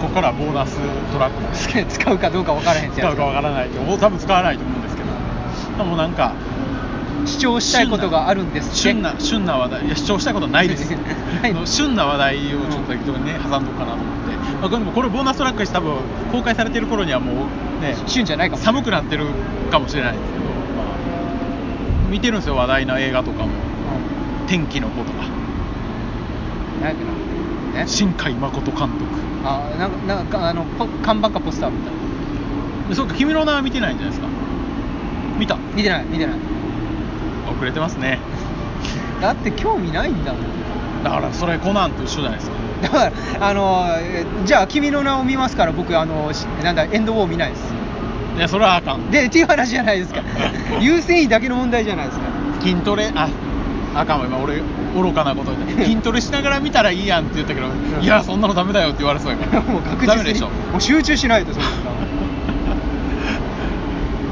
ここからはボーナストラックなんですけど使うかどうか分からへんし使うかわからないけどもう多分使わないと思うんですけどもうなんか主張したいことがあるんですって旬な旬な話題いや主張したいことはないです ないあの旬な話題をちょっと適当にね、挟んどくかなと思って、まあ、これでもこれボーナストラックして多分公開されてる頃にはもうね旬じゃないかも寒くなってるかもしれないですけど、まあ見てるんですよ話題の映画とかもう天気の子とかんなんやっけなね新海誠監督あなんかなんかあのポ看板かポスターみたいなそうか君の名は見てないんじゃないですか見た見てない見てない遅れてますねだって興味ないんだもんだからそれコナンと一緒じゃないですかだからあのえじゃあ「君の名を見ますから僕あのしなんだエンドウォー見ないですいやそれはあかんでっていう話じゃないで すか優先位だけの問題じゃないですか 筋トレああかんわ今俺愚かなこと言 って筋トレしながら見たらいいやんって言ったけど、んいやそんなのダメだよって言われそうやから もう確ダメ実でにしょ もう集中しないとその時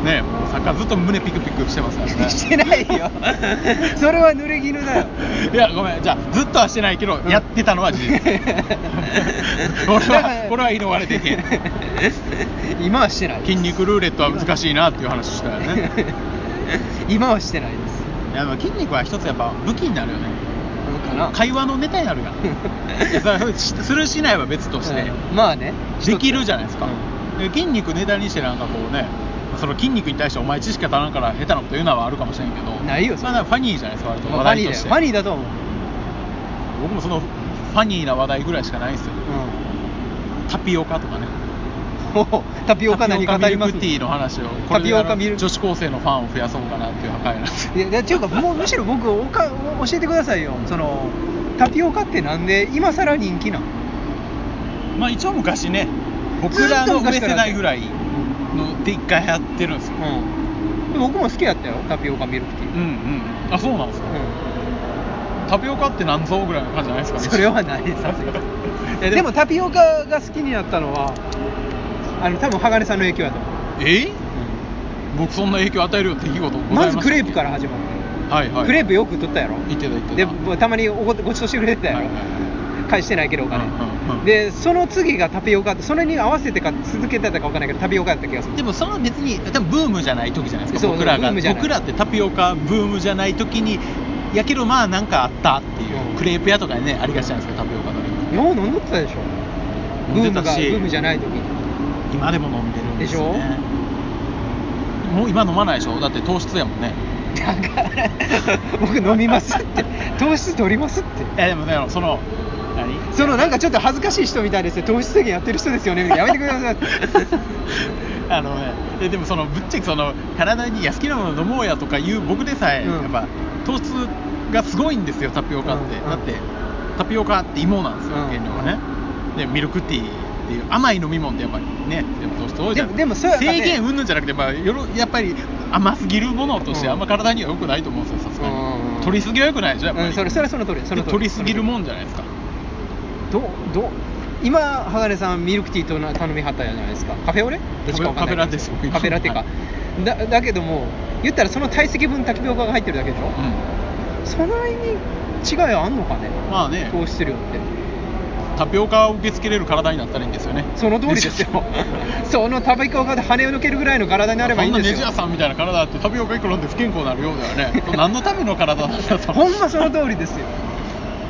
ねえもうサッカーずっと胸ピクピクしてますから間ね してないよそれは濡れ衣だよ いやごめんじゃあずっとはしてないけど、うんやってたのは事実 俺だからはこれは逃れていけん今はしてない筋肉ルーレットは難しいなっていう話したよ ね今はしてないですいやでも筋肉は一つやっぱ武器になるよねかな会話のネタになるからいやそれはしするしないは別として、 うんまあねできるじゃないですか、うで筋肉ネタにしてなんかこうねその筋肉に対してお前知識が足らんから下手なこと言うのはあるかもしれんけどないよそそれれはファニーじゃないですか割とまあ話ファ題とニーだしよて、ファニーだと思う、僕もそのファニーな話題ぐらいしかないんですよタピオカとかねうんおタピオカ何語りますタピオカミルクティーの話をこタれピでオあカのミルク女子高生のファンを増やそうかなっていう破壊なんですいやだっていうかもうむしろ僕おかお教えてくださいよそのタピオカってなんで今更人気なのまあ一応昔ね僕らの上世代ぐらいずっとので一回流行ってるんですようんでも僕も好きだったよタピオカミルクティーうんうんあそうなんですかタピオカって何ぞぐらいの感じじゃないですうかん、ねそれはないさすがにいやでもタピオカが好きになったのはあの多分鋼さんの影響やと思う、え僕そんな影響与えるような出来事ございままずクレープから始まっらはいた、はいクレープよく取ったやろ行ってた行ってたでもうたまにおごごちそうしてくれてたやはいろ、はい返してないけどお金、うんうんうんでその次がタピオカってそれに合わせてか続けてたか分からないけどタピオカやった気がするでもその別に多分ブームじゃない時じゃないですかそう僕らブーがムじゃない僕らってタピオカブームじゃない時にいやけどまあなんかあったっていう、うんクレープ屋とかにねありがちじゃないですかタピオカとかいや飲んでたでしょブ飲んーでムがたブしームじゃない時今でも飲んでるんですよ、でしね、もう今飲まないでしょだって糖質やもんねだから僕飲みますって糖質取りますっていやでもねその何そのなんかちょっと恥ずかしい人みたいですよ糖質制限やってる人ですよねみたいなやめてくださいって あのね、えでもそのぶっちゃけその体にいや好きなもの飲もうやとかいう僕でさえ、うんやっぱ糖質がすごいんですよタピオカって、うんうんだってタピオカって芋なんですよ、うん原料がねでミルクティーっていう甘い飲み物ってやっぱりねでも糖質多いじゃんでもでもそうやからね制限うんぬんじゃなくて、まあ、よろやっぱり甘すぎるものとしてうんあんま体には良くないと思うんですよさすがに、うんうんうん取りすぎは良くないでしょやっぱり、うん、それそれはその通りそでの通り取りすぎるもんじゃないですかどうどう今鋼さんミルクティーとな頼みはったじゃないですかカフェオレどっちかわかんなカフェいけどラテです僕今カフェラテはかだだけども言ったらその体積分タピオカが入ってるだけでしょ、うんそないに違いあんのかねまあね糖質量ってタピオカを受け付けれる体になったらいいんですよねその通りで すよ そのタピオカで跳ね抜けるぐらいの体になればいいんですよそんなネジ屋さんみたいな体だってタピオカ1個飲んで不健康になるようだよね何のための体なんだと ほんまその通りですよ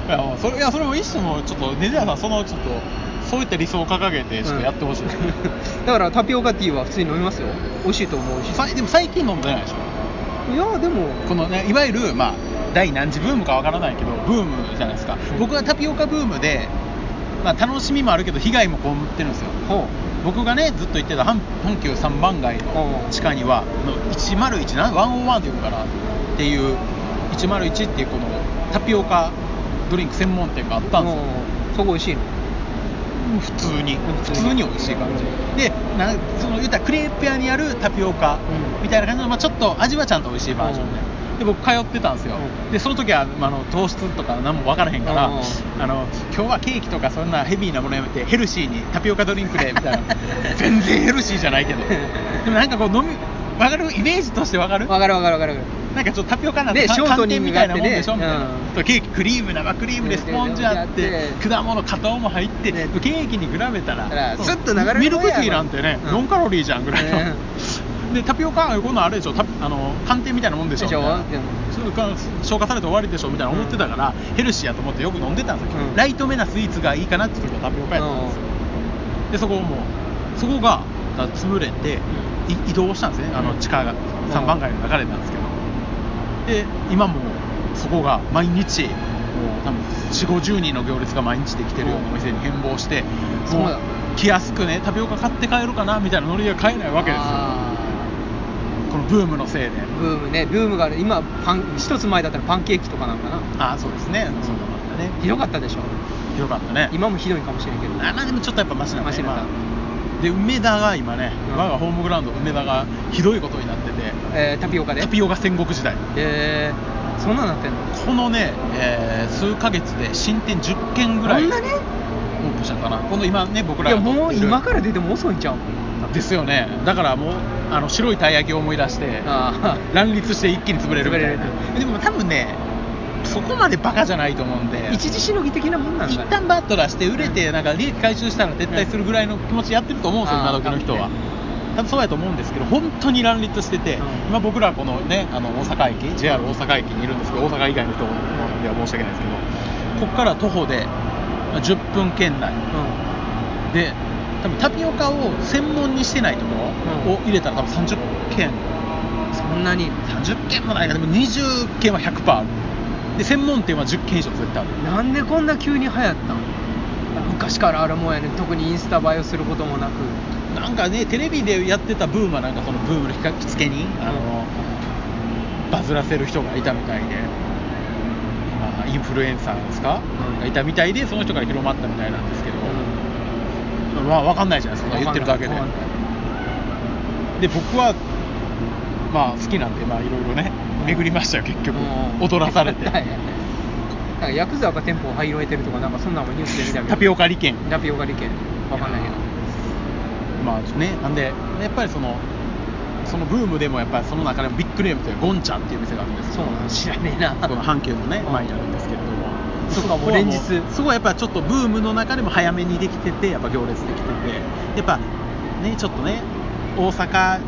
いやそれいやそれも一種のちょっとネジ屋さんそのちょっとそういった理想を掲げてちょっとやってほ しい、だからタピオカティーは普通に飲みますよ美味しいと思うしさでも最近飲んでないでしょいやでもこのねいわゆるまあ第何次ブームかわからないけどブームじゃないですかうん僕はタピオカブームで、まあ、楽しみもあるけど被害も被ってるんですよほ僕がねずっと言ってた阪阪急三番街の地下にはあの101な101っていうのかなっていう101っていうこのタピオカドリンク専門店があっうたんですようんそこ美味しいの普通に普普通に通に美味しい感じでなその言ったらクレープ屋にあるタピオカうんみたいな感じの、まあ、ちょっと味はちゃんと美味しいバージョンで、で僕通ってたんですよ、うでその時は、まあ、あの糖質とか何も分からへんから、うんあの今日はケーキとかそんなヘビーなものやめてヘルシーにタピオカドリンクでみたいな 全然ヘルシーじゃないけどでもなんかこう飲み分かるイメージとして分かるわかるわかるわかるなんかちょっとタピオカなんて、ねかショートニングがあってね寒天みたいなもんでしょみたいな、うんそうケーキクリーム生クリームでスポンジあって、ね果物果糖も入って、ねケーキに比べただかららそうスッと流れるミルクティーなんてね、うんノンカロリーじゃんぐらいの、ねでタピオカはこんなんあれでしょタピあの寒天みたいなもんでしょでしょみたいなそうか消化されて終わりでしょみたいな思ってたから、ヘルシーやと思ってよく飲んでたんですよ、うんライトめなスイーツがいいかなって時はタピオカやったんですよ、でそこをもうそこがだ潰れてい移動したんですねあの地下が三番街の流れなんですけどで今もうそこが毎日もう多分4 5 0人の行列が毎日できてるようなお店に変貌してそうもだう来やすくねタピオカ買って帰ろうかなみたいなノリが買えないわけですよあこのブームのせいでーブームねブームがある今パン一つ前だったらパンケーキとかなんかなああそうですねそうだったねひどかったでしょひどかったね今もひどいかもしれんけどあまあでもちょっとやっぱマシなんだマシなんだ今で梅田が今ね、うん我がホームグラウンド梅田がひどいことになっててえータピオカでタピオカ戦国時代えーそんなんなってんのこのね、えー数ヶ月で新店10件ぐらいこオんなにープンしたかなこの今ね僕いらやがも撮っうてる今から出ても遅いんちゃうですよねだからもうあの白いたい焼きを思い出してあー乱立して一気に潰れるみたいな潰でも多分ねそこまでバカじゃないと思うんで一時しのぎ的なもんなん一だね旦バット出して売れうてなんか利益回収したら撤退するぐらいの気持ちやってると思うんですよ、うん今時の人あー多は分ね。多分そうやと思うんですけど、本当に乱立してて、うん今、僕らこのね、あの大阪駅、JR 大阪駅にいるんですけど、大阪以外の人には申し訳ないですけど、ここから徒歩で10分圏内うで、多分タピオカを専門にしてないところを入れたら、多分30件、んそんなに30件もないか、でも20件は100%ある、で専門店は10件以上絶対ある。なんでこんな急に流行ったん昔からあるもんやね特にインスタ映えをすることもなくなんかね、テレビでやってたブームはなんかそのブームの火付けにあの、バズらせる人がいたみたいで、まあ、インフルエンサーですか、うんがいたみたいで、その人から広まったみたいなんですけど、まあ、わかんないじゃないですか、言ってるだけで。わかんないで、僕は、まあ、好きなんで、まあ、いろいろね、巡りましたよ、結局、踊らされて、はいなんかヤクザが店舗を灰色得てるとかなんかそんなのもニュースで見たけどタピオカ利権。タピオカ利権わかんないけどまあね、なんで、やっぱりその、そのブームでもやっぱりその中でもビッグネームというゴンちゃんっていう店があるんですそうなの知らねえなこの阪急のねうん前にあるんですけれどもそっかこはもう連日そこはやっぱちょっとブームの中でも早めにできててやっぱ行列できててやっぱねちょっとね大阪か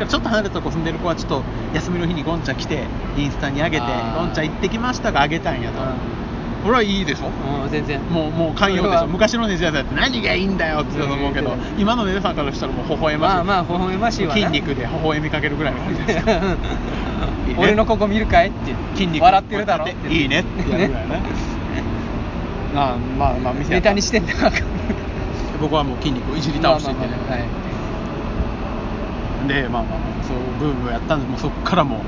らちょっと離れたとこ住んでる子はちょっと休みの日にゴンチャ来てインスタに上げてあーゴンチャ行ってきましたが上げたんやと、これはいいでしょうん、うん全然もうもう寛容そでれしはょ昔のネジ屋さんって何がいいんだよって言うと思うけどうんうん今のネジ屋さんからしたらもう微笑ましいまあまあ微笑ましいわな筋肉で微笑みかけるぐらいの感じですよいいね俺のここ見るかいって筋肉笑ってるだろこうやっていいねってやるぐらいねあまあまあ店やネったタにしてんだから僕はもう筋肉をいじり倒していてね、まあまあまあはいでまあまあまあそうブームをやったんでもうそこからも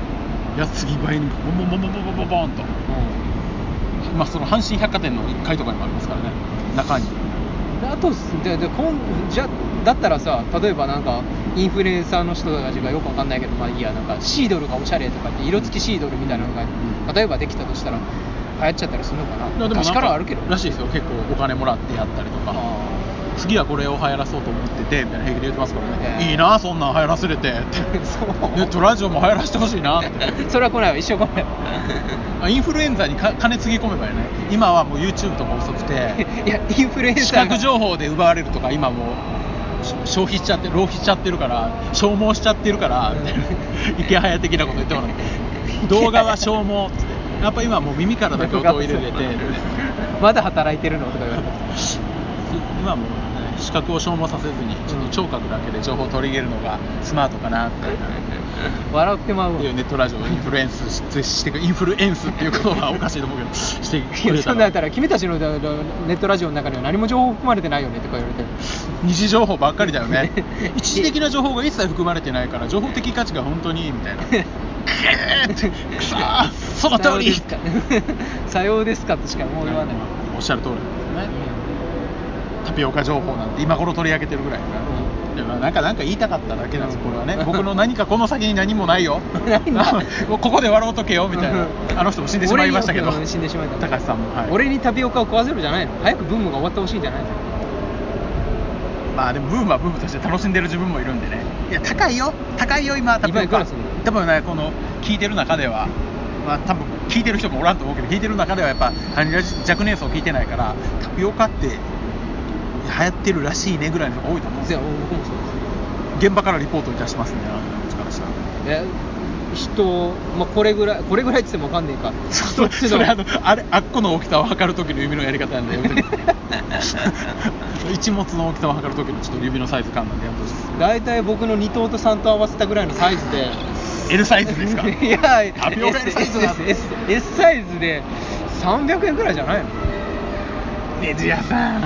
う安ぎ倍にボンボンボンボンボンボンボンボンと、まあ、その阪神百貨店の1階とかにもありますからね中にであとででこんじゃだったらさ例えばなんかインフルエンサーの人たちがよくわかんないけどまあいいやなんかシードルがおしゃれとかって色付きシードルみたいなのがん例えばできたとしたら流行っちゃったりするのかなでもなん昔からあるけどらしいですよ結構お金もらってやったりとかあ次はこれを流行らそうと思っててみたいな平気で言ってますからね、ええいいなそんなん流行らせれてってーそうネットラジオも流行らせてほしいなってそれは来ないわ一生来 ないわあインフルエンザにか金つぎ込めばいいね今はもう YouTube とか遅くていやインフルエン視サーが覚情報で奪われるとか今もうし消費しちゃって浪費しちゃってるから消耗しちゃってるからみたいな池早的なこと言ってもらって動画は消耗っつってやっぱ今もう耳からだけ音を入れ ててまだ働いてるのとか言われて今もうね視覚を消耗させずにちょっと聴覚だけで情報を取り入れるのがスマートかなって笑ってまうわいうネットラジオをインフルエンスししてくインフルエンスっていう言葉はおかしいと思うけどしていくやれそたんなんやらったら君たちのだだネットラジオの中には何も情報含まれてないよねとか言われて二次情報ばっかりだよね 一時的なな情報が一切含まれてないから情報的価値が本当にいいみたいな くそーその通り さようですかとしかもう言わない、おっしゃる通りですねタピオカ情報なんて今頃取り上げてるぐらいだからいやまあなんかなんか言いたかっただけなんですこれはねうん僕の何かこの先に何も ないよないんだここで笑おうとけよみたいなうんあの人も死んでしまいましたけど俺にうん死んでしまいました高橋さんもはい俺にタピオカを食わせるじゃないの早くブームが終わってほしいんじゃないのまあでもブームはブームとして楽しんでる自分もいるんでねいや高いよ高いよ今タピ今オいくカらすんの多分ねこの聞いてる中ではまあ多分聞いてる人もおらんと思うけど聞いてる中ではやっぱハニラジ若年層聞いてないからタピオカって流行ってるらしいねぐらいの人が多いと思うんですじゃよあ僕もそうです現場からリポートいたしますんであのちからしたらえ人、まあ、これぐらいこれぐらいって言ってもわかんねえかそ一つのそれあのあれあっこの大きさを測る時の指のやり方 なんでやめて一物の大きさを測る時のちょっと指のサイズ感なんでやめてほしいです大体僕の2頭と3頭合わせたぐらいのサイズで L サイズですか いやタピオカ S, サイズなん S, だ S, S サイズで300円ぐらいじゃないのねじやさん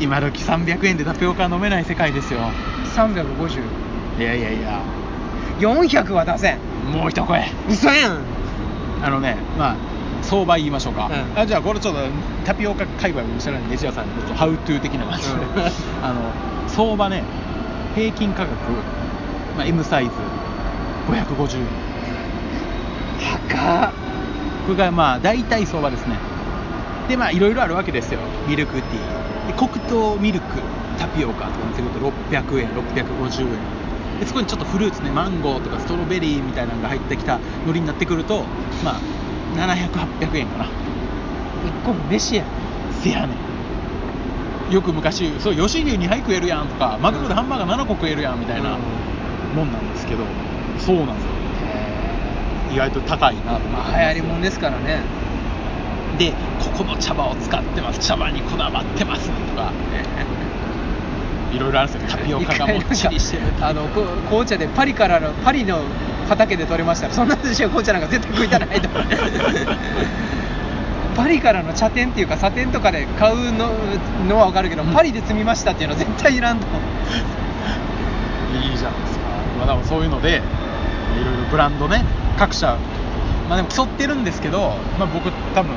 今時300円でタピオカ飲めない世界ですよ350400いやいやいやは出せんもう一声嘘やんあのねまあ相場言いましょうか、うんあじゃあこれちょっとタピオカ界隈を知らないネジ屋さんにちょっとハウトゥー的な感じで、うんあの相場ね平均価格、まあ、M サイズ550円高っこれがまあ大体相場ですねでまあいろいろあるわけですよミルクティーで黒糖ミルクタピオカとかにすると600円650円でそこにちょっとフルーツねマンゴーとかストロベリーみたいなのが入ってきた海苔になってくるとまあ700800円かな1個も飯やんせやねんよく昔そう吉牛2杯食えるやんとかマクドでハンバーガー7個食えるやんみたいなうんもんなんですけどそうなんですよ意外と高いなと思ってまあ流行りもんですからねでここの茶葉を使ってます茶葉にこだわってますとかいろいろあるんですよ タピオカがもっちりしてる一回なん かあのこ紅茶でパリからのパリの畑で取れましたらそんな私は紅茶なんか絶対食いたな いと思うパリからの茶店っていうか茶店とかで買うののは分かるけど、パリで摘みましたっていうのは絶対いらんと思ういいじゃないですか、まあ、でもそういうのでいろいろブランドね各社まあでも競ってるんですけど、まあ、僕多分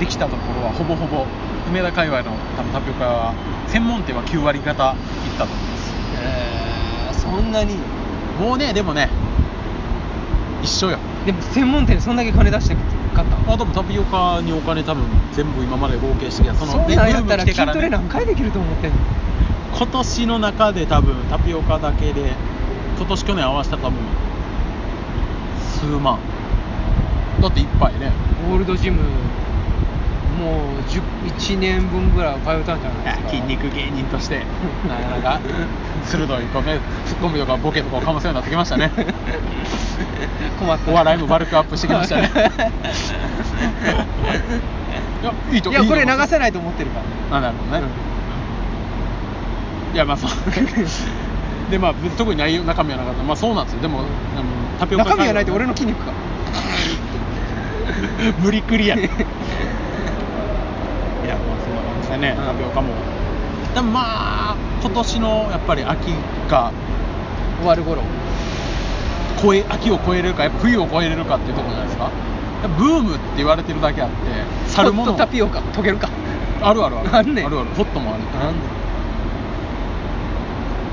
できたところはほぼほぼ梅田界隈の多分タピオカは専門店は9割方いったと思いますそんなにもうねでもね一緒よでも専門店でそんだけ金出して買ったのあでもタピオカにお金多分全部今まで合計してきたそそのんなんやったブーム来らてか筋トレね何回できると思ってんの今年の中で多分タピオカだけで今年去年合わせたら多分数万だって一杯ねゴールドジムもう1年分ぐらいは通ったんじゃないですか筋肉芸人として なかなか鋭いこうねツッコミとかボケとかをかませようになってきました ね困ったお笑いもバルクアップしてきました ねいやいいといやこれ流せいないと思ってるからと思うあなるほどね、いやまあそう でまあ特に内容中身はなかったまあそうなんですよでも、あのタピオカ中身がないと俺の筋肉か 無理く りやねいやまあそんな感じですね、うんタピオカもでもまあ今年のやっぱり秋か終わる頃超え秋を超えれるかやっぱ冬を超えれるかっていうところじゃないですかやっぱブームって言われてるだけあって去るもの ホットタピオカ溶けるかあるあるあるあんねんあるあるホットもあるなんで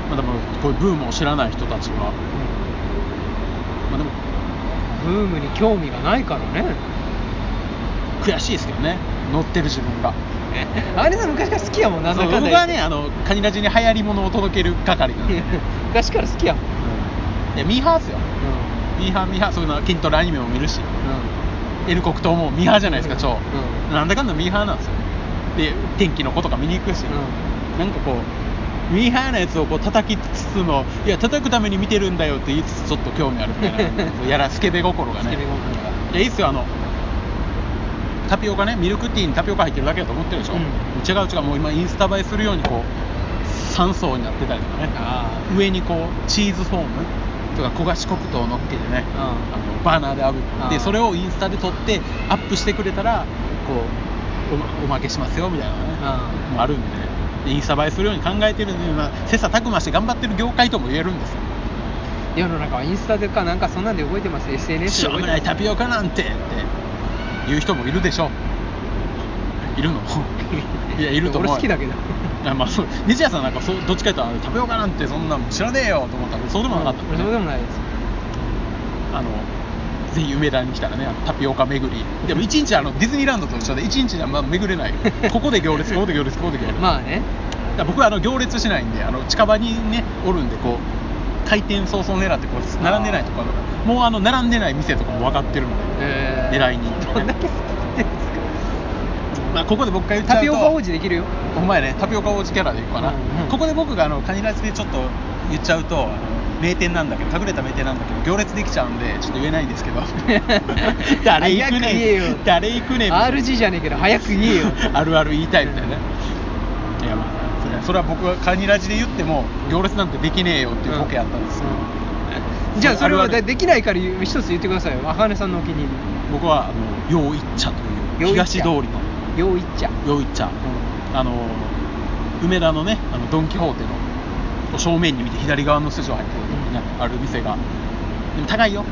まあでもこういうブームを知らない人たちはまあでもブームに興味がないからね悔しいですけどね乗ってる自分があれさん昔から好きやもんなそうなんだかんだ僕はねあのカニラジに流行り物を届ける係なんで言って 昔から好きやもん、いやミーハーっすようミーハーミーハーそういうのは筋トレアニメも見るし L 国党もミーハーじゃないですか超、うなんだかんだミーハーなんですよで天気の子とか見に行くし、なんかこうミーハーなやつをこう叩きつつもいや叩くために見てるんだよって言いつつちょっと興味あるみたいな やらスケベ心がスねケベ心いがやいいっすよあのタピオカねミルクティーにタピオカ入ってるだけだと思ってるでしょ、うん違う違うもう今インスタ映えするようにこう3層になってたりとかねあ上にこうチーズフォームとか焦がし黒糖を乗っけてね、うんあのバーナーであ炙ってーそれをインスタで撮ってアップしてくれたらこうおおまけしますよみたいなねあーもうあるんでねでインスタ映えするように考えてるんで、まあ、切磋琢磨して頑張ってる業界とも言えるんですよ世の中はインスタでかなんかそんなんで動いてます SNS しでょう動いもなてまいすタピオカなんてって言う人もいるでしょうい るのいやいると思う俺好きだけどあまあそう西谷さんなんかそうどっちかというとタピオカなんてそんなん知らねえよと思ったらそうでもなかったもん俺ねそうでもないですあのぜひ梅田に来たらねあのタピオカ巡りでも 一日あのディズニーランドと一緒で一日じゃまあ巡れないここで行列ここで行列ここで行列まあねら僕はあの行列しないんであの近場にねおるんでこう開店早々狙ってこう並んでないところもうあの並んでない店とかも分かってるんで、え狙いに行ってどんだけ好きってんですかまあ、ここで僕が言っちゃうタとピオカ王子できるよお前ねタピオカ王子キャラでいくかな、うんうんここで僕があのカニラジでちょっと言っちゃうとあの名店なんだけど隠れた名店なんだけど行列できちゃうんでちょっと言えないんですけど誰行く早く言えよねん 誰行くねんみたいな RG じゃねえけど早く言えよあるある言いたいみたいなねいやまあそれはそれは僕がカニラジで言っても行列なんてできねえよっていうボケやったんですよ、じゃあそれあはるあでるできないから言う一つ言ってくださいよあかねさんのお気に僕はあのよういっちゃという入り東通りのよういっちゃよういっちゃあの梅田のねあのドン・キホーテの正面に見て左側の筋を入ってるある店がでも高いよ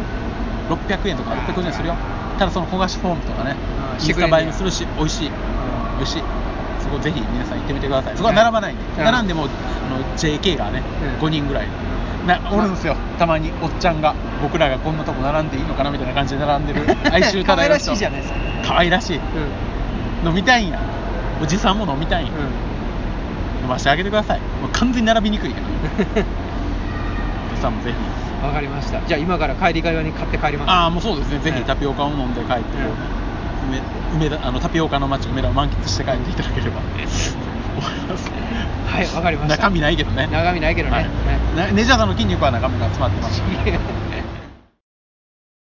600円とか650円するよただその焦がしフォームとかねうんインスタ映えもするし美味しい美味しいそこぜひ皆さん行ってみてくださいそこは並ばないんでうん並んでもあの JK がねう5ん人ぐらいなおるんですよたまにおっちゃんが僕らがこんなとこ並んでいいのかなみたいな感じで並んでる哀愁漂う人可愛らしいじゃないですか可愛らしいうん飲みたいんやおじさんも飲みたいんや、飲ましてあげてくださいもう完全に並びにくいけどねおじさんもぜひうんわかりましたじゃあ今から帰り際に買って帰りますああもうそうですねぜはひいタピオカを飲んで帰って、うん梅梅田あのタピオカの街梅田を満喫して帰っていただけれ ば思いますはいわかりました中身ないけどね中身ないけどねはいはなネジャーさんの筋肉は中身が詰まってますい